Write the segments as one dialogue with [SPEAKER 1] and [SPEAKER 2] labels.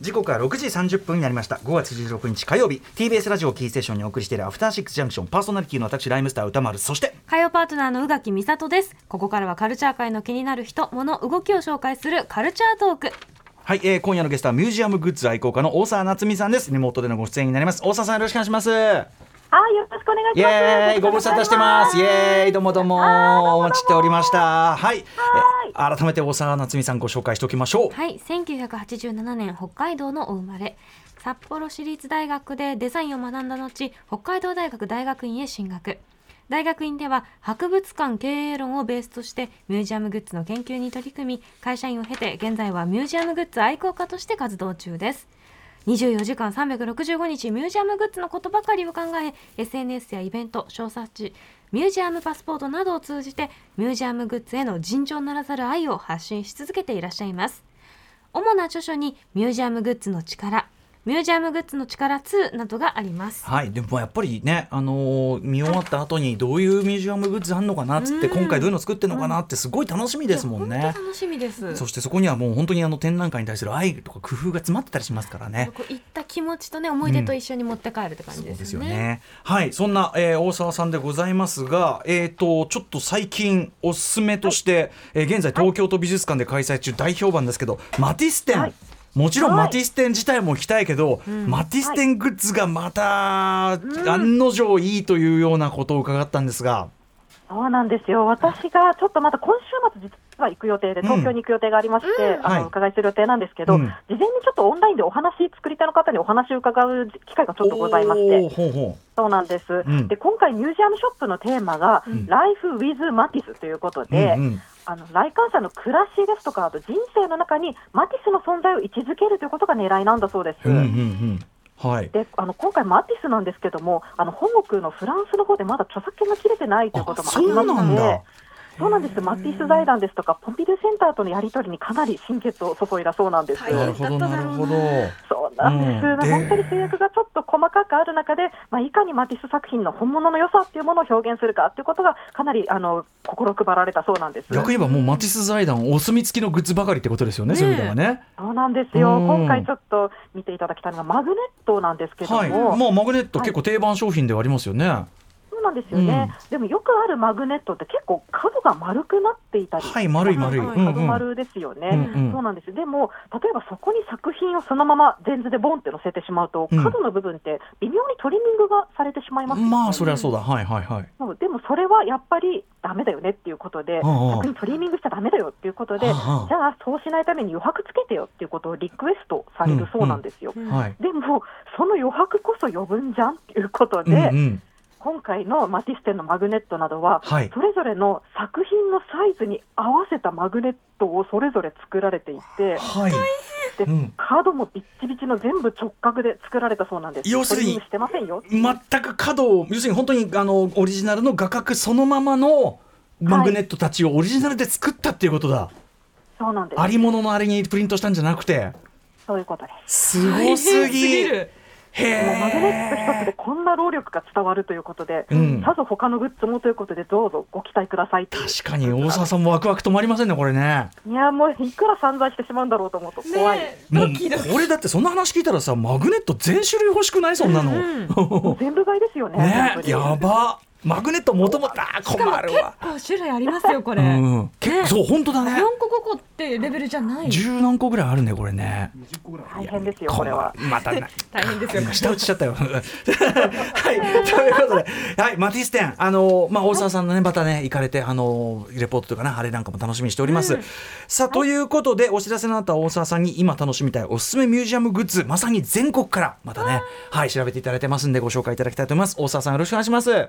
[SPEAKER 1] 時刻は6時30分になりました5月16日火曜日 TBS ラジオキーステーションにお送りしているアフターシックスジャンクションパーソナリティの私ライムスター歌丸そして
[SPEAKER 2] 火曜パートナーの宇垣美里ですここからはカルチャー界の気になる人物動きを紹介するカルチャートーク
[SPEAKER 1] はい、えー、今夜のゲストはミュージアムグッズ愛好家の大沢夏美さんですリモートでのご出演になります大沢さんよろしくお願いします
[SPEAKER 3] あー、よろしくお願い
[SPEAKER 1] イ
[SPEAKER 3] します。
[SPEAKER 1] エーイご無沙汰してますイエーイどうもどうもお待ちしておりましたはいえー改めて大沢夏美さんご紹介しておきましょう
[SPEAKER 2] はい1987年北海道のお生まれ札幌市立大学でデザインを学んだ後北海道大学大学院へ進学大学院では博物館経営論をベースとしてミュージアムグッズの研究に取り組み会社員を経て現在はミュージアムグッズ愛好家として活動中です24時間365日ミュージアムグッズのことばかりを考え SNS やイベント小冊子ミュージアムパスポートなどを通じてミュージアムグッズへの尋常ならざる愛を発信し続けていらっしゃいます主な著書にミュージアムグッズの力ミュージアムグッズの力2などがあります
[SPEAKER 1] はい、でもやっぱりね、あのー見終わった後にどういうミュージアムグッズあんのかなっつって、
[SPEAKER 2] うん
[SPEAKER 1] 今回どういうの作ってるのかなってすごい楽しみですもん
[SPEAKER 2] いや
[SPEAKER 1] ね
[SPEAKER 2] 本当。楽しみです
[SPEAKER 1] そしてそこにはもう本当にあの展覧会に対する愛とか工夫が詰まってたりしますからね。
[SPEAKER 2] こういった気持ちとね思い出と一緒に持って帰るって感じ
[SPEAKER 1] そう
[SPEAKER 2] で
[SPEAKER 1] です
[SPEAKER 2] すよ
[SPEAKER 1] よ
[SPEAKER 2] ね,、
[SPEAKER 1] ね。はい、そんな、えー大沢さんでございますが、えっ、とちょっと最近おすすめとして、えー現在東京都美術館で開催中大評判ですけど、マティス展。
[SPEAKER 3] はい
[SPEAKER 1] もちろん
[SPEAKER 3] はい
[SPEAKER 1] マティス展自体も行きたいけど、マティス展グッズがまた、案の定いいというようなことを伺ったんですが、
[SPEAKER 3] そうなんですよ。私がちょっとまた今週末実は行く予定で、
[SPEAKER 1] うん
[SPEAKER 3] 東京に行く予定がありまして、
[SPEAKER 2] うん
[SPEAKER 3] あの、
[SPEAKER 1] はい
[SPEAKER 3] お伺いする予定なんですけど、
[SPEAKER 1] うん
[SPEAKER 3] 事前にちょっとオンラインでお話、作り手の方にお話を伺う機会がちょっとございまし
[SPEAKER 1] おー
[SPEAKER 3] て、
[SPEAKER 1] ほうほ
[SPEAKER 3] そうなんです。
[SPEAKER 1] ん
[SPEAKER 3] で、今回ミュージアムショップのテーマが、
[SPEAKER 1] ん
[SPEAKER 3] ライフ・ウィズ・マティスということ
[SPEAKER 1] う、う
[SPEAKER 3] で、
[SPEAKER 1] んうん
[SPEAKER 3] あの来館者の暮らしですとか、あと人生の中にマティスの存在を位置づけるということが狙いなんだそうです。
[SPEAKER 1] うんうんうんはい。
[SPEAKER 3] であの今回、マティスなんですけども、あの本国のフランスの方でまだ著作権が切れてないということもあ
[SPEAKER 1] そ
[SPEAKER 3] り
[SPEAKER 1] う
[SPEAKER 3] ま
[SPEAKER 1] な
[SPEAKER 3] す
[SPEAKER 1] ん
[SPEAKER 3] の
[SPEAKER 1] だ
[SPEAKER 3] で、。そうなんです、マティス財団ですとか、ポンピドゥセンターとのやり取りにかなり心血を注いだそうなんです
[SPEAKER 2] 大
[SPEAKER 1] なる
[SPEAKER 3] よ。
[SPEAKER 2] 変
[SPEAKER 1] ほど
[SPEAKER 2] だった
[SPEAKER 1] な
[SPEAKER 2] だ
[SPEAKER 1] る
[SPEAKER 2] ろ
[SPEAKER 1] ほ
[SPEAKER 2] うな
[SPEAKER 1] ど。
[SPEAKER 3] そうなんです、
[SPEAKER 1] うんで
[SPEAKER 3] 本当に制約がちょっと細かくある中で、まあ、いかにマティス作品の本物の良さっていうものを表現するかっていうことが、かなりあの心配られたそうなんです。
[SPEAKER 1] 逆に言えばもうマティス財団お墨付きのグッズばかりってことですよね。
[SPEAKER 2] ねえ
[SPEAKER 1] そういう意味ではね。
[SPEAKER 3] そうなんですよ、
[SPEAKER 1] うん
[SPEAKER 3] 今回ちょっと見ていただきたいのが、マグネットなんですけども。
[SPEAKER 1] はい。まあマグネット結構定番商品ではありますよね。
[SPEAKER 3] そうなんですよね、でもよくあるマグネットって結構角が丸くなっていたり、
[SPEAKER 1] はい丸い丸い。
[SPEAKER 2] はい
[SPEAKER 1] うんうん
[SPEAKER 3] 角丸ですよね、
[SPEAKER 1] うんうん
[SPEAKER 3] そうなんですでも例えばそこに作品をそのままレンズでボンって載せてしまうと、
[SPEAKER 1] うん
[SPEAKER 3] 角の部分って微妙にトリミングがされてしまいますよね、
[SPEAKER 1] まあそりゃそうだ。はいはいはい。
[SPEAKER 3] そうでもそれはやっぱりダメだよねっていうことで、
[SPEAKER 1] うんうん
[SPEAKER 3] 作品トリミングしちゃダメだよっていうことで、
[SPEAKER 1] は
[SPEAKER 3] じ
[SPEAKER 1] あはあ
[SPEAKER 3] ゃあそうしないために余白つけてよっていうことをリクエストされるそうなんですよ、
[SPEAKER 2] うん
[SPEAKER 1] はい。
[SPEAKER 3] でもその余白こそ余分じゃんっていうことで、
[SPEAKER 1] うんうん。
[SPEAKER 3] 今回のマティステのマグネットなどは、
[SPEAKER 1] はい。
[SPEAKER 3] それぞれの作品のサイズに合わせたマグネットをそれぞれ作られていて、
[SPEAKER 1] はい。
[SPEAKER 3] で
[SPEAKER 1] うん
[SPEAKER 3] カードもビッチビチの全部直角で作られたそうなんです。
[SPEAKER 1] 要するに
[SPEAKER 3] トリミングしてませんよ。
[SPEAKER 1] 全く角を要するに本当にあのオリジナルの画角そのままのマグネットたちをオリジナルで作ったっていうことだ。
[SPEAKER 3] そうなんで
[SPEAKER 1] ありもののあれにプリントしたんじゃなくて。
[SPEAKER 3] す。そういうことです
[SPEAKER 1] ごす
[SPEAKER 2] 大変
[SPEAKER 1] ぎ。
[SPEAKER 2] る
[SPEAKER 1] へ
[SPEAKER 3] す。もうマグネット一つで
[SPEAKER 1] え。
[SPEAKER 3] こんな労力が伝わるということで、
[SPEAKER 1] うん
[SPEAKER 3] さぞ他のグッズもということで、どうぞご期待くださいという
[SPEAKER 1] 確かに大沢さんもワクワク止まりませんねこれね。
[SPEAKER 3] いや、もういくら散財してしまうんだろうと思うと怖い。
[SPEAKER 2] ねえ
[SPEAKER 1] もう
[SPEAKER 2] ドキドキ
[SPEAKER 1] これだってそんな話聞いたらさマグネット全種類欲しくないそんなの。
[SPEAKER 2] うん
[SPEAKER 3] もう全部買いですよね。
[SPEAKER 1] ね
[SPEAKER 3] 本当に
[SPEAKER 1] やば。マグネットもともとあー
[SPEAKER 2] しかも
[SPEAKER 1] 困る
[SPEAKER 2] 結
[SPEAKER 1] わ。
[SPEAKER 2] 構種類ありますよこれ、
[SPEAKER 1] うん、結構
[SPEAKER 2] ね
[SPEAKER 1] そう本当だね
[SPEAKER 2] 4。個5個ってレベルじゃない
[SPEAKER 1] 十何個ぐらいあるねこれね。
[SPEAKER 3] 大変ですよ、これは。
[SPEAKER 1] 困る。またな。
[SPEAKER 2] 大変ですよ
[SPEAKER 1] 今下打ちしちゃったよ。 はい、ということで、はい、マティス展、あのまあ、大沢さんのね、またね、行かれて、あのレポートというかな、あれなんかも楽しみにしております。さあ、ということで、お知らせのあった大沢さんに、今楽しみたいおすすめミュージアムグッズ、まさに全国から、またね、はい、調べていただいてますんで、ご紹介いただきたいと思います。大沢さん、よろしくお願いします。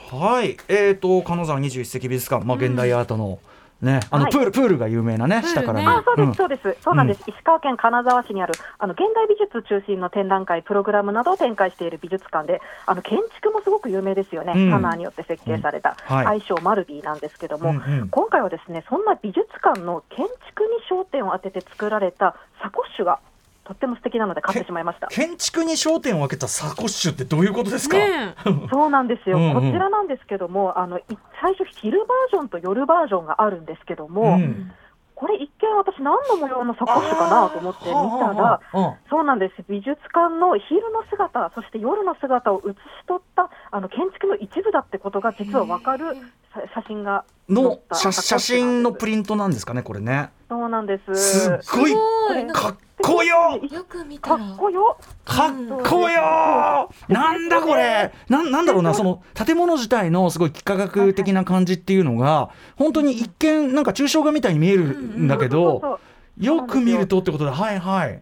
[SPEAKER 1] はいえーと金沢21世紀美術館、まあ、現代アートの、ねあの、
[SPEAKER 3] はい
[SPEAKER 1] プールプールが有名なね
[SPEAKER 2] プールね
[SPEAKER 1] 下から見
[SPEAKER 3] あ、そうです、
[SPEAKER 1] る
[SPEAKER 3] そうです。そうなんです。石川県金沢市にある、あの、現代美術中心の展覧会、プログラムなどを展開している美術館で、あの、建築もすごく有名ですよね。
[SPEAKER 1] うん
[SPEAKER 3] カナーによって設計された、
[SPEAKER 1] うんはい
[SPEAKER 3] 愛称マルビーなんですけども、
[SPEAKER 1] うんうん
[SPEAKER 3] 今回はですね、そんな美術館の建築に焦点を当てて作られたサコッシュが、とっても素敵なので買ってしまいました。
[SPEAKER 1] 建築に焦点を分けたサコッシュってどういうことですか、
[SPEAKER 2] ねえ
[SPEAKER 3] そうなんですよ、
[SPEAKER 1] うんうん
[SPEAKER 3] こちらなんですけども、あのい最初、昼バージョンと夜バージョンがあるんですけども、
[SPEAKER 1] うん
[SPEAKER 3] これ、一見、私、何の模様のサコッシュかなと思って見たら、
[SPEAKER 1] あーはあはあはあ
[SPEAKER 3] そうなんです美術館の昼の姿、そして夜の姿を写し取ったあの建築の一部だってことが実は分かるさ写真が載
[SPEAKER 1] の
[SPEAKER 3] った
[SPEAKER 1] 写写真のプ
[SPEAKER 3] リ
[SPEAKER 1] リントなんですかねこれね
[SPEAKER 3] そうなんです。
[SPEAKER 1] すっごい
[SPEAKER 2] すごい
[SPEAKER 3] これ
[SPEAKER 1] かっこよ
[SPEAKER 2] よく見た
[SPEAKER 3] からっこよ
[SPEAKER 1] かっこよーなんだこれなんなんだろうなその建物自体のすごい幾何学的な感じっていうのが本当に一見なんか抽象画みたいに見えるんだけ
[SPEAKER 3] そうそう
[SPEAKER 1] ど
[SPEAKER 3] う
[SPEAKER 1] よく見るとってことではいはい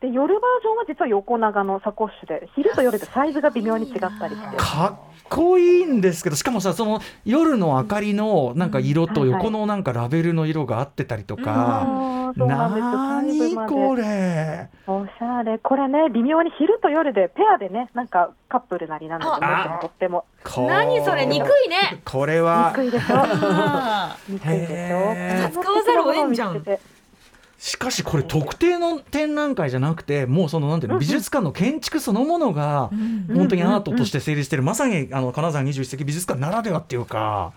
[SPEAKER 3] で夜バージョンは実は横長のサコッシュで昼と夜でサイズが微妙に違ったりして
[SPEAKER 1] かっこいいんですけどしかもさその夜の明かりのなんか色と
[SPEAKER 3] うんはいはい
[SPEAKER 1] 横のなんかラベルの色が合ってたりとか。
[SPEAKER 3] あーそうなんです
[SPEAKER 1] な
[SPEAKER 3] 細部
[SPEAKER 1] に
[SPEAKER 3] まで
[SPEAKER 1] これ
[SPEAKER 3] おしゃれこれね微妙に昼と夜でペアでねなんかカップルなりなんだと思って
[SPEAKER 1] あ
[SPEAKER 3] もとっても
[SPEAKER 1] こ
[SPEAKER 2] 何それ憎いね
[SPEAKER 1] これは
[SPEAKER 3] 憎いでしょ
[SPEAKER 2] あ
[SPEAKER 3] 憎いでし
[SPEAKER 1] へ
[SPEAKER 3] ょ
[SPEAKER 1] ー
[SPEAKER 2] 使わざるを得んじゃん
[SPEAKER 1] しかしこれ特定の展覧会じゃなくてもうそのなんていうの美術館の建築そのものが本当にアートとして成立してるまさにあの金沢21世紀美術館ならではっていうか。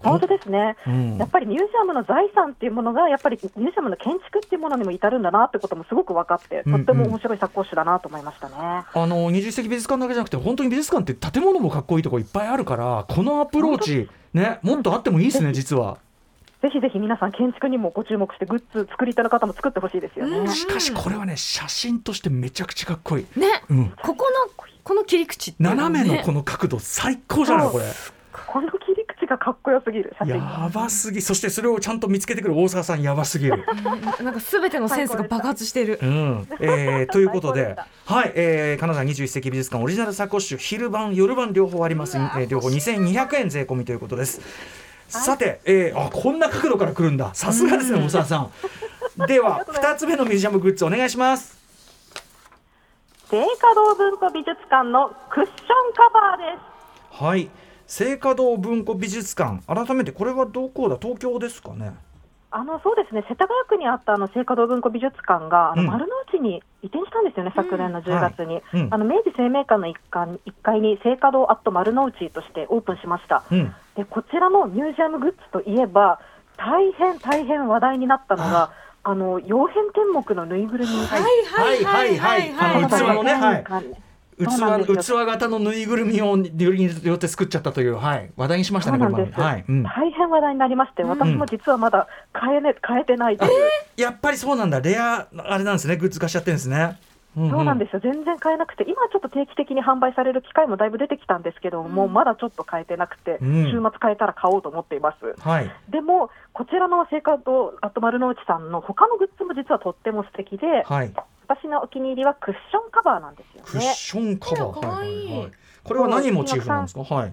[SPEAKER 3] 本当ですね
[SPEAKER 1] うん
[SPEAKER 3] やっぱりミュージアムの財産っていうものがやっぱりミュージアムの建築っていうものにも至るんだなってこともすごく分かって
[SPEAKER 1] うん
[SPEAKER 3] と
[SPEAKER 1] うん
[SPEAKER 3] っても面白いサコッシュだなと思いましたね、
[SPEAKER 1] あの20世紀美術館だけじゃなくて本当に美術館って建物もかっこいいとこいっぱいあるからこのアプローチねもっとあってもいいですね実は。
[SPEAKER 3] ぜひぜひ皆さん建築にもご注目してグッズ作り手の方も作ってほしいですよね、
[SPEAKER 2] うん
[SPEAKER 1] しかしこれはね写真としてめちゃくちゃかっこいい。
[SPEAKER 2] ね
[SPEAKER 1] うん、
[SPEAKER 2] ここのこの切り口っていうはね
[SPEAKER 1] 斜めのこの角度最高じゃないこれ。
[SPEAKER 3] この切り口がかっこよすぎる写真
[SPEAKER 1] やばすぎそしてそれをちゃんと見つけてくる大沢さんやばすぎる。
[SPEAKER 2] なんかすべてのセンスが爆発している
[SPEAKER 1] うんえー ということ
[SPEAKER 3] 最高で
[SPEAKER 1] で
[SPEAKER 3] した、
[SPEAKER 1] はい、えー、金沢21世紀美術館オリジナルサコッシュ昼晩夜晩両方あります。えー両方2200円税込みということです。さて、えー、あこんな角度から来るんだ。さすがですね、大沢さん。で は二つ目のミュージアムグッズお願いします。
[SPEAKER 3] 聖華堂文庫美術館のクッションカバーです
[SPEAKER 1] はい、聖華堂文庫美術館。改めてこれはどこだ？東京ですかね。
[SPEAKER 3] あのそうですね世田谷区にあったあの聖華堂文庫美術館があの
[SPEAKER 1] うん
[SPEAKER 3] 丸の内に移転したんですよね、昨年の10月に、
[SPEAKER 1] いうん
[SPEAKER 3] あの明治生命館の一館一階に聖華堂アット丸の内としてオープンしました、
[SPEAKER 1] うん。
[SPEAKER 3] でこちらのミュージアムグッズといえば大変大変話題になったのがあの曜変天目のぬいぐるみ
[SPEAKER 2] いはいはいはい
[SPEAKER 1] あ
[SPEAKER 2] はい
[SPEAKER 1] の器のね、はい。器
[SPEAKER 3] そうなんですよ
[SPEAKER 1] 器型のぬいぐるみをよりによって作っちゃったという、はい、話題にしましたね、こ
[SPEAKER 3] そう
[SPEAKER 1] れ
[SPEAKER 3] なん
[SPEAKER 1] は。
[SPEAKER 3] です
[SPEAKER 1] はい、うん。
[SPEAKER 3] 大変話題になりまして、私も実はまだ変え,、ね、変えてないという、
[SPEAKER 1] やっぱりそうなんだ、レア、あれなんですね、グッズ化しちゃってるんですね。
[SPEAKER 3] そうなん
[SPEAKER 1] で
[SPEAKER 3] ですよ、全然買えなくて、今ちょっと定期的に販売される機会もだいぶ出てきたんですけども、まだちょっと買えてなくて、
[SPEAKER 1] うん
[SPEAKER 3] 週末買えたら買おうと思っています。
[SPEAKER 1] す。はい。
[SPEAKER 3] でも、こちらの聖火堂アット丸の内さんの他のグッズも実はとっても素敵で、
[SPEAKER 1] はい。
[SPEAKER 3] 私のお気に入りはクッションカバーなんですよ
[SPEAKER 1] クッ
[SPEAKER 3] ね。
[SPEAKER 1] ションカバー。
[SPEAKER 2] かわいい
[SPEAKER 1] はははこれは何モチーフなんですか。はい。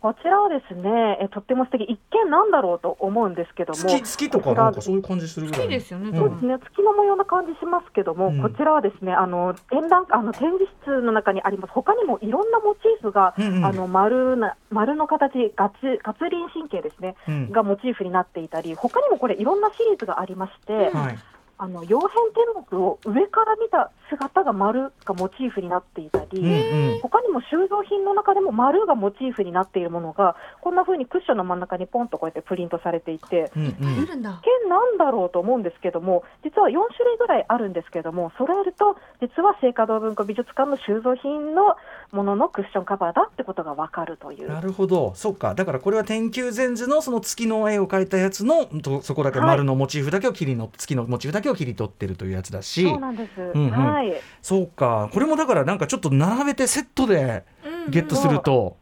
[SPEAKER 3] こちらはですね、えとっても素敵一見なんだろうと思うんですけども、
[SPEAKER 1] 月、月とか、なんか、そういう感じするぐらい。
[SPEAKER 2] 好きですよね
[SPEAKER 1] うん
[SPEAKER 2] 多
[SPEAKER 3] そう
[SPEAKER 2] 分
[SPEAKER 3] ですね、月の模様な感じしますけども、
[SPEAKER 1] うん
[SPEAKER 3] こちらはですね、あの展覧あの展示室の中にあります、他にもいろんなモチーフが、
[SPEAKER 1] うんうん
[SPEAKER 3] あの丸な丸の形、ガツ活輪神経ですね、
[SPEAKER 1] うん
[SPEAKER 3] がモチーフになっていたり、他にもこれ、いろんなシリーズがありまして、
[SPEAKER 1] はい。
[SPEAKER 3] あの曜変天目を上から見た姿が丸がモチーフになっていたり。
[SPEAKER 1] うんうん。
[SPEAKER 3] 他にも収蔵品の中でも丸がモチーフになっているものがこんな風にクッションの真ん中にポンとこうやってプリントされていて
[SPEAKER 1] うんうん。
[SPEAKER 2] るんだ
[SPEAKER 3] 県なんだろうと思うんですけども実は4種類ぐらいあるんですけども揃えると実は聖華堂文庫美術館の収蔵品のもののクッションカバーだってことが分かるという。
[SPEAKER 1] なるほどそっかだからこれは天球禅図のその月の絵を描いたやつのとそこだけ丸のモチーフだけを切りの、月のモチーフだけを切り取ってるというやつだし
[SPEAKER 3] そうなんです、
[SPEAKER 1] んうん
[SPEAKER 3] はい
[SPEAKER 1] そうかこれもだからなんかちょっと並べてセットでゲットすると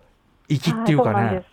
[SPEAKER 1] 粋っていうか
[SPEAKER 3] は
[SPEAKER 1] ね、
[SPEAKER 3] そなんです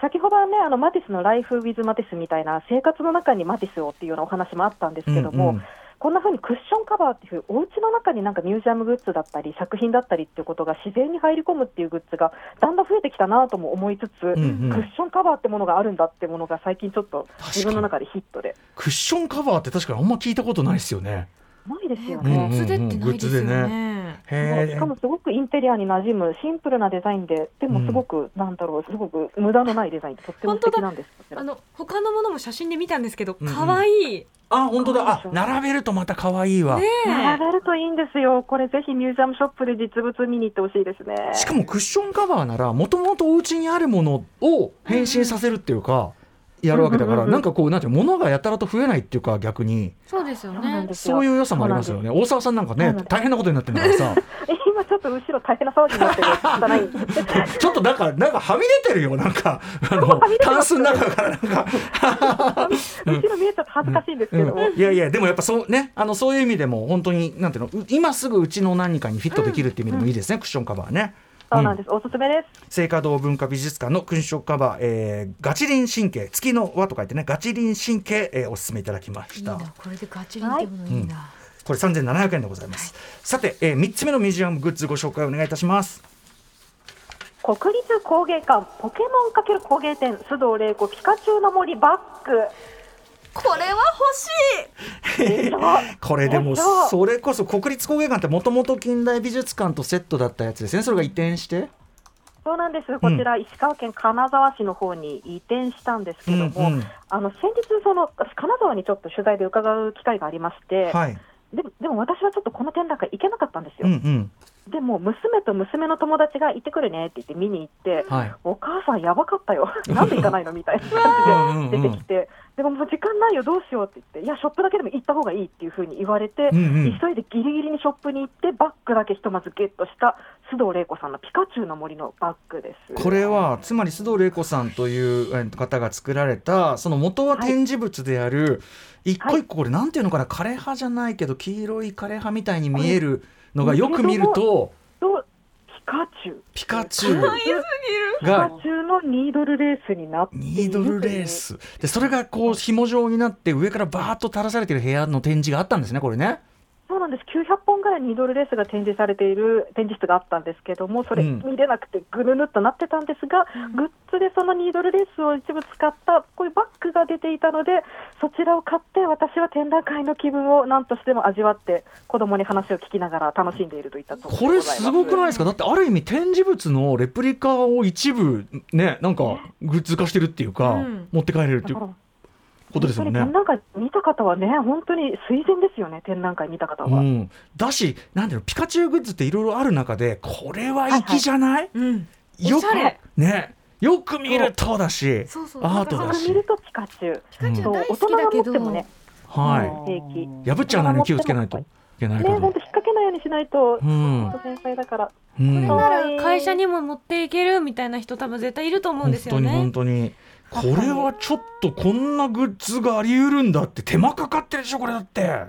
[SPEAKER 3] 先ほどはねあのマティスの「ライフ・ウィズ・マティス」みたいな生活の中にマティスをっていうようなお話もあったんですけども、
[SPEAKER 1] うんうん
[SPEAKER 3] こんな風にクッションカバーっていうお家の中になんかミュージアムグッズだったり作品だったりっていうことが自然に入り込むっていうグッズがだんだん増えてきたなとも思いつつ、
[SPEAKER 1] んうん
[SPEAKER 3] クッションカバーってものがあるんだってものが最近ちょっと自分の中でヒットで
[SPEAKER 1] クッションカバーって確かにあんま聞いたことないですよね。
[SPEAKER 3] ないですよ
[SPEAKER 1] うんう
[SPEAKER 3] ね。
[SPEAKER 1] ん
[SPEAKER 2] グッズでってないですよね。
[SPEAKER 1] へ
[SPEAKER 3] し
[SPEAKER 1] え
[SPEAKER 3] か。もすごくインテリアに馴染むシンプルなデザインででもすごく、なんだろうすごく無駄のないデザインとっても素敵なんですこちら
[SPEAKER 2] あの他のものも写真で見たんですけど、
[SPEAKER 1] うんうん
[SPEAKER 2] 可愛い。
[SPEAKER 1] あ、本当だ。あ、並べるとまた可愛いわ。
[SPEAKER 2] ね
[SPEAKER 3] 並べるといいんですよ、これ、ぜひミュージアムショップで実物見に行ってほしいですね。
[SPEAKER 1] しかもクッションカバーならもともとお家にあるものを変身させるっていうか、やるわけだか
[SPEAKER 3] うんうん
[SPEAKER 1] ら
[SPEAKER 3] うん
[SPEAKER 1] なんかこうなんていうの物がやたらと増えないっていうか逆に
[SPEAKER 2] そうですよ
[SPEAKER 3] そうなん
[SPEAKER 2] ね。
[SPEAKER 3] ですよ
[SPEAKER 1] そういう良さもありますよね大沢さんなんか
[SPEAKER 3] そう
[SPEAKER 1] ね
[SPEAKER 3] なんです
[SPEAKER 1] 大変なことになってるから さ
[SPEAKER 3] 今ちょっと後ろ大変な騒ぎになってる汚いんですけど
[SPEAKER 1] ちょっとなんかなんかはみ出てるよなんかあのタンスの中からなんか
[SPEAKER 3] 後ろ見えちゃって恥ずかしいんですけども、
[SPEAKER 1] うんいやいやでもやっぱそうねあのそういう意味でも本当になんていうのう今すぐうちの何かにフィットできるっていう意味でもいいですね、クッションカバーね。
[SPEAKER 3] そうなん
[SPEAKER 1] うん
[SPEAKER 3] です、おすすめです。
[SPEAKER 1] 聖華堂文化美術館の勲章カバー、えーガチリン神経月の輪と書いてねガチリン神経、えーおすすめいただきま
[SPEAKER 2] い
[SPEAKER 1] し
[SPEAKER 2] い
[SPEAKER 1] た
[SPEAKER 2] なこれでガチリンってものいいな。
[SPEAKER 1] これ3700円でございます、さて、え3つ目のミュージアムグッズご紹介お願いいたします
[SPEAKER 3] 国立工芸館ポケモン×工芸展須藤玲子ピカチュウの森バッグ
[SPEAKER 2] これは欲しい。
[SPEAKER 1] これでも
[SPEAKER 3] 本当
[SPEAKER 1] それこそ国立工芸館ってもともと近代美術館とセットだったやつですねそれが移転して
[SPEAKER 3] そうなんですこちら、石川県金沢市の方に移転したんですけども、
[SPEAKER 1] うんうん
[SPEAKER 3] あの先日その私金沢にちょっと取材で伺う機会がありまして、
[SPEAKER 1] はい
[SPEAKER 3] でもでも私はちょっとこの展覧会行けなかったんですよ、
[SPEAKER 1] うんうん
[SPEAKER 3] でも娘と娘の友達が行ってくるねって言って見に行って、
[SPEAKER 1] はい
[SPEAKER 3] お母さんやば かったよなんで行かないのみたいな感じで出てきて、でももう時間ないよどうしようって言っていやショップだけでも行った方がいいっていうふうに言われて、
[SPEAKER 1] うんうん
[SPEAKER 3] 急いでギリギリにショップに行ってバッグだけひとまずゲットした須藤玲子さんの「ピカチュウの森」のバッグです
[SPEAKER 1] これはつまり須藤玲子さんというえー方が作られたその元は展示物である、一個一個これなんていうのかな枯れ葉じゃないけど黄色い枯れ葉みたいに見えるのがよく見ると
[SPEAKER 3] とピカチュウ
[SPEAKER 1] ピカチュ
[SPEAKER 2] 可
[SPEAKER 1] ウ
[SPEAKER 2] 愛すぎる。
[SPEAKER 3] ピカ
[SPEAKER 1] が
[SPEAKER 3] チュウのニードルレースになっている
[SPEAKER 1] ニードルレースでそれがこう紐状になって上からバーッと垂らされてる部屋の展示があったんですねこれね。
[SPEAKER 3] そうなんです900本ぐらいニードルレースが展示されている展示室があったんですけども、それ
[SPEAKER 1] うん
[SPEAKER 3] 見れなくてぐるぬっとなってたんですが、グッズでそのニードルレースを一部使った、こういうバッグが出ていたので、そちらを買って、私は展覧会の気分を何としても味わって、子供に話を聞きながら楽しんでいるといったところで
[SPEAKER 1] これすごくないですかだってある意味展示物のレプリカを一部ねなんかグッズ化してるっていうか、
[SPEAKER 2] うん
[SPEAKER 1] 持って帰れるっていうことですもんね。
[SPEAKER 3] 本当に展覧会見た方はね、本当に垂涎ですよね、展覧会見た方
[SPEAKER 1] う
[SPEAKER 3] は。
[SPEAKER 1] ん、だしなんていうのピカチュウグッズっていろいろある中でこれは粋じゃない、
[SPEAKER 2] うん。お
[SPEAKER 1] よ
[SPEAKER 2] しゃれ
[SPEAKER 1] くねよく見るとだし
[SPEAKER 2] そうそう
[SPEAKER 1] アート
[SPEAKER 2] そ
[SPEAKER 1] だ
[SPEAKER 2] う
[SPEAKER 3] よく
[SPEAKER 1] し
[SPEAKER 3] 見るとピカチュウ。
[SPEAKER 2] ピカチュ
[SPEAKER 3] そう
[SPEAKER 2] ウ大
[SPEAKER 3] 大
[SPEAKER 2] 好
[SPEAKER 3] 人
[SPEAKER 2] きだ
[SPEAKER 3] が持
[SPEAKER 2] け
[SPEAKER 3] って
[SPEAKER 2] ど。
[SPEAKER 3] もね、
[SPEAKER 1] は
[SPEAKER 3] 平気。
[SPEAKER 1] い破っちゃうなに気をつけないといけない
[SPEAKER 3] ね、
[SPEAKER 1] から
[SPEAKER 3] 本当引っ掛けないようにしないと、
[SPEAKER 1] うん
[SPEAKER 3] 本当繊細だから。
[SPEAKER 1] うん
[SPEAKER 2] なら会社にも持っていけるみたいな人多分絶対いると思うん
[SPEAKER 1] 本
[SPEAKER 2] です
[SPEAKER 1] 当
[SPEAKER 2] よ
[SPEAKER 1] に
[SPEAKER 2] ね
[SPEAKER 1] 本。当にこれはちょっとこんなグッズがあり得るんだって手間かかってるでしょこれだって
[SPEAKER 3] 相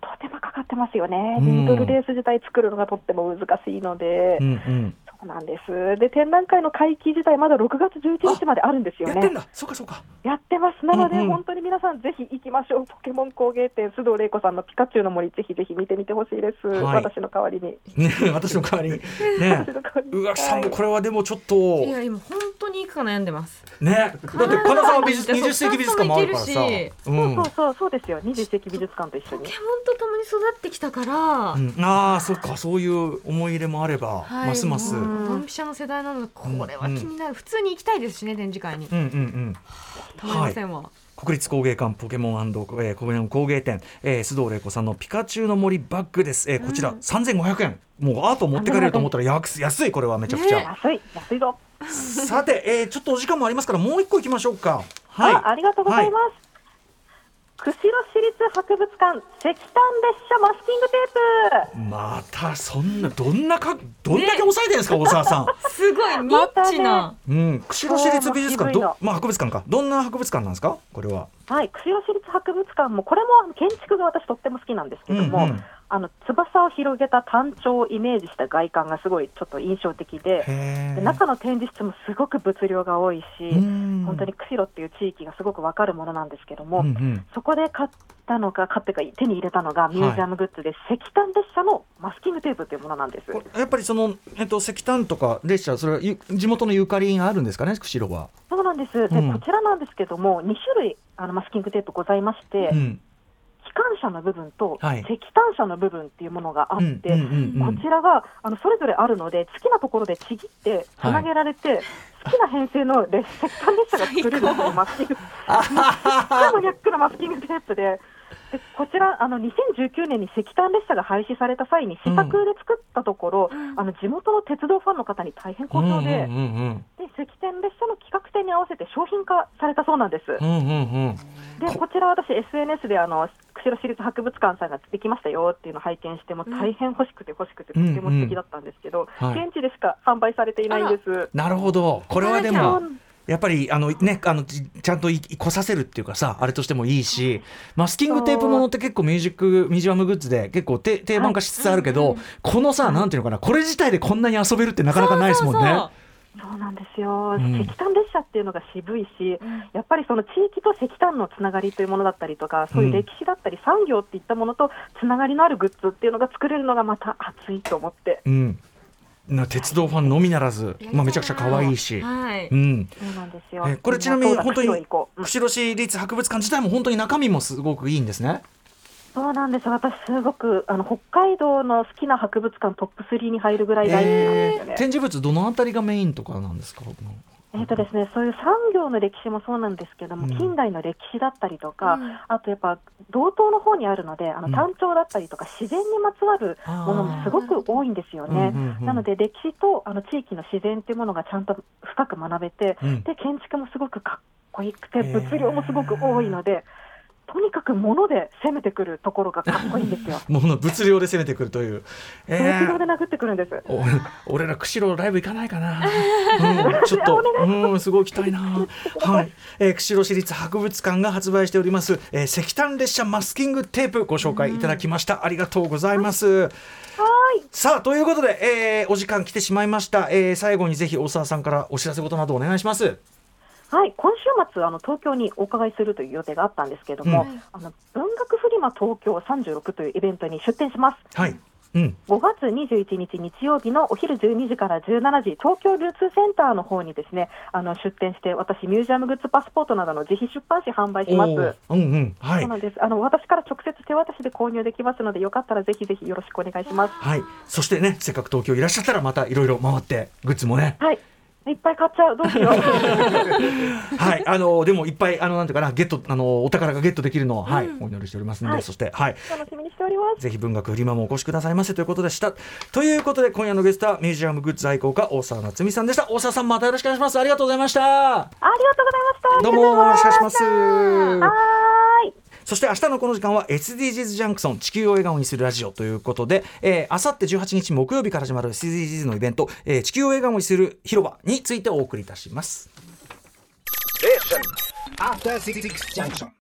[SPEAKER 3] 当手間かかってますよね、
[SPEAKER 1] うん
[SPEAKER 3] ニードルレース自体作るのがとっても難しいので、
[SPEAKER 1] うんうん
[SPEAKER 3] そうなんです。で、展覧会の会期自体、まだ6月11日まであるんですよ
[SPEAKER 1] やって
[SPEAKER 3] ね
[SPEAKER 1] ん。だそうかそうか
[SPEAKER 3] やってます。なので、
[SPEAKER 1] うんうん
[SPEAKER 3] 本当に皆さん、ぜひ行きましょう。ポケモン工芸展、須藤玲子さんのピカチュウの森、ぜひぜひ見てみてほしいです。
[SPEAKER 1] はい
[SPEAKER 3] 私の代わりに。
[SPEAKER 1] ね私の代わりにね
[SPEAKER 3] 私の代わりに
[SPEAKER 1] 宇垣さんも
[SPEAKER 3] はい
[SPEAKER 1] これはでもちょっと
[SPEAKER 2] いや今本当に行くか悩んでます。
[SPEAKER 1] ねだって金沢美術20世紀美術館もあるからさ
[SPEAKER 2] そうそ
[SPEAKER 1] う
[SPEAKER 2] う
[SPEAKER 3] そうんそうそう、そうですよ。二十世紀美術館と一
[SPEAKER 2] ポ
[SPEAKER 3] 緒に
[SPEAKER 2] ケ。モンと共に育ってきたから。
[SPEAKER 1] うんああそっかそういう思い入れもあれば、
[SPEAKER 2] はい
[SPEAKER 1] ますます。うん
[SPEAKER 2] もうドンピシャの世代なのでこれは気になる、普通に行きたいですしね展示会に
[SPEAKER 1] うんうん、
[SPEAKER 2] たまりませんわ、
[SPEAKER 1] 国立工芸館ポケモン、えー、ポケモン工芸展、えー、須藤玲子さんの「ピカチュウの森バッグ」です、えー、こちら3500円、もうアート持ってかれると思ったら安安いこれはめちゃくちゃ、
[SPEAKER 3] 安い、安いぞ。
[SPEAKER 1] さて、えー、ちょっとお時間もありますからもう一個いきましょうかはい
[SPEAKER 3] あありがとうございます。釧路市立博物館石炭列車マスキングテープ
[SPEAKER 1] またそんなどんなかどんだけ抑えてるんですか、大沢さん。
[SPEAKER 2] すごいニッチな。
[SPEAKER 1] うん、釧路市立美術館
[SPEAKER 3] そうま
[SPEAKER 1] ど
[SPEAKER 3] あ、
[SPEAKER 1] まあ、博物館かどんな博物館なんですかこれは。
[SPEAKER 3] はい、釧路市立博物館も、これもあの建築が私、とっても好きなんですけども、
[SPEAKER 1] うんうん
[SPEAKER 3] あの翼を広げた単調をイメージした外観がすごいちょっと印象的
[SPEAKER 1] へ
[SPEAKER 3] で、で
[SPEAKER 1] え。
[SPEAKER 3] 中の展示室もすごく物量が多いし、
[SPEAKER 1] うん
[SPEAKER 3] 本当に釧路っていう地域がすごくわかるものなんですけども、
[SPEAKER 1] うんうん
[SPEAKER 3] そこで買ったのか、買ってか手に入れたのが、ミュージアムグッズで、石炭列車のマスキングテープというものなんです。
[SPEAKER 1] これやっぱりその、えっと、石炭とか列車それはゆ地元のゆかりがあるんですかね釧路は。
[SPEAKER 3] そうなんです、で
[SPEAKER 1] うん
[SPEAKER 3] こちらなんですけども、2種類あのマスキングテープございまして、
[SPEAKER 1] うん
[SPEAKER 3] 機関車の部分と
[SPEAKER 1] はい
[SPEAKER 3] 石炭車の部分っていうものがあっ
[SPEAKER 1] うん
[SPEAKER 3] て、
[SPEAKER 1] うんうんう
[SPEAKER 3] こ
[SPEAKER 1] ん
[SPEAKER 3] ちらがあのそれぞれあるので、好きなところでちぎって、つなげられて、好きな編成の列石炭列車が作れるっていうマスキング、しかもニャックなマスキングテープで。でこちらあの2019年に石炭列車が廃止された際に試作で作ったところ、
[SPEAKER 2] うん
[SPEAKER 3] あの地元の鉄道ファンの方に大変好評で,、
[SPEAKER 1] うんうん
[SPEAKER 3] で石炭列車の企画展に合わせて商品化されたそうなんです。
[SPEAKER 1] うんうんうんうん
[SPEAKER 3] でこちら私 SNS であの釧路市立博物館さんができましたよっていうのを拝見してもう大変欲しくて欲しくてと
[SPEAKER 1] うん
[SPEAKER 3] ても素敵だったんですけど、
[SPEAKER 1] うんうんはい
[SPEAKER 3] 現地でしか販売されていないんです。
[SPEAKER 1] なるほどこれはで
[SPEAKER 2] あ
[SPEAKER 1] もやっぱりあの、ね、あのちちゃんとい来させるっていうかさあれとしてもいいしマスキングテープものって結構ミュージックミュージアムグッズで結構て定番化しつつあるけど、このさなんていうのかなこれ自体でこんなに遊べるってなかなかないですもんね。
[SPEAKER 2] そう
[SPEAKER 3] そうなんですよ、
[SPEAKER 1] ん
[SPEAKER 3] 石炭列車っていうのが渋いし、やっぱりその地域と石炭のつながりというものだったりとか、そういう歴史だったり、産業っていったものとつながりのあるグッズっていうのが作れるのがまた熱いと思って、
[SPEAKER 1] うんな鉄道ファンのみならず、
[SPEAKER 2] そう
[SPEAKER 1] まあ、めちゃくちゃ可愛いし、
[SPEAKER 2] はい。
[SPEAKER 1] うん、
[SPEAKER 3] そうなんですよ
[SPEAKER 1] えこれちなみに本当に
[SPEAKER 3] みんなそうだ釧路行こううん
[SPEAKER 1] 釧路市立博物館自体も本当に中身もすごくいいんですね。
[SPEAKER 3] そうなんです私、すごくあの北海道の好きな博物館トップ3に入るぐらい大好きなんですよね。
[SPEAKER 1] えー展示物どのあたりがメインとかなんですか
[SPEAKER 3] えーとですね、そういう産業の歴史もそうなんですけども、
[SPEAKER 1] うん
[SPEAKER 3] 近代の歴史だったりとか、
[SPEAKER 2] うん
[SPEAKER 3] あとやっぱ道東の方にあるのであ
[SPEAKER 1] うん
[SPEAKER 3] の単調だったりとか自然にまつわるものもすごく多いんですよね。
[SPEAKER 1] うんうんうん
[SPEAKER 3] なので歴史とあの地域の自然というものがちゃんと深く学べて、
[SPEAKER 1] うん
[SPEAKER 3] で建築もすごくかっこよくて物量もすごく多いので、とにかく物で攻めてくるところがかっこいいんですよ。
[SPEAKER 1] もの物量で攻めてくるという。えー
[SPEAKER 3] 物量で殴ってくるんです。
[SPEAKER 1] お俺ら釧路ライブ行かないかな、うん、ちょっと、うん、すごい行きたいな、はいえー釧路市立博物館が発売しております、えー石炭列車マスキングテープご紹介いただきました、ありがとうございますさあということで、えーお時間来てしまいました、えー最後にぜひ大沢さんからお知らせ事などお願いします
[SPEAKER 3] はい、今週末あの東京にお伺いするという予定があったんですけれども、あの文学フリマ東京36というイベントに出展します。
[SPEAKER 1] はい、うん、
[SPEAKER 3] 5月21日日曜日のお昼12時から17時、東京流通センターの方にですね、あの出展して、私ミュージアムグッズパスポートなどの自費出版誌販売します。
[SPEAKER 1] おーうんうんは
[SPEAKER 3] そう
[SPEAKER 1] い
[SPEAKER 3] なんです。あの私から直接手渡しで購入できますので、よかったらぜひぜひよろしくお願いします。
[SPEAKER 1] はいそしてねせっかく東京いらっしゃったらまたいろいろ回ってグッズもね
[SPEAKER 3] はい、いっぱい買っちゃう、ど うしよう。
[SPEAKER 1] はい、あのでもいっぱいあのなんていうかなゲットあのお宝がゲットできるのを、はいお祈りしておりますので、
[SPEAKER 3] はい
[SPEAKER 1] そしてはい
[SPEAKER 3] 楽しみにしております。
[SPEAKER 1] ぜひ文学フリマもお越しくださいませということでした。ということで今夜のゲストはミュージアムグッズ愛好家大沢夏美さんでした。大沢さんまたよろしくお願いします。ありがとうございました。
[SPEAKER 3] ありがとうございました。
[SPEAKER 1] どうもよろしくお願いします。
[SPEAKER 3] はーい。
[SPEAKER 1] そして明日のこの時間は SDGs ジャンクソン地球を笑顔にするラジオということで、えー、あさって18日木曜日から始まる SDGs のイベント、えー地球を笑顔にする広場についてお送りいたします。
[SPEAKER 4] After Six Junction.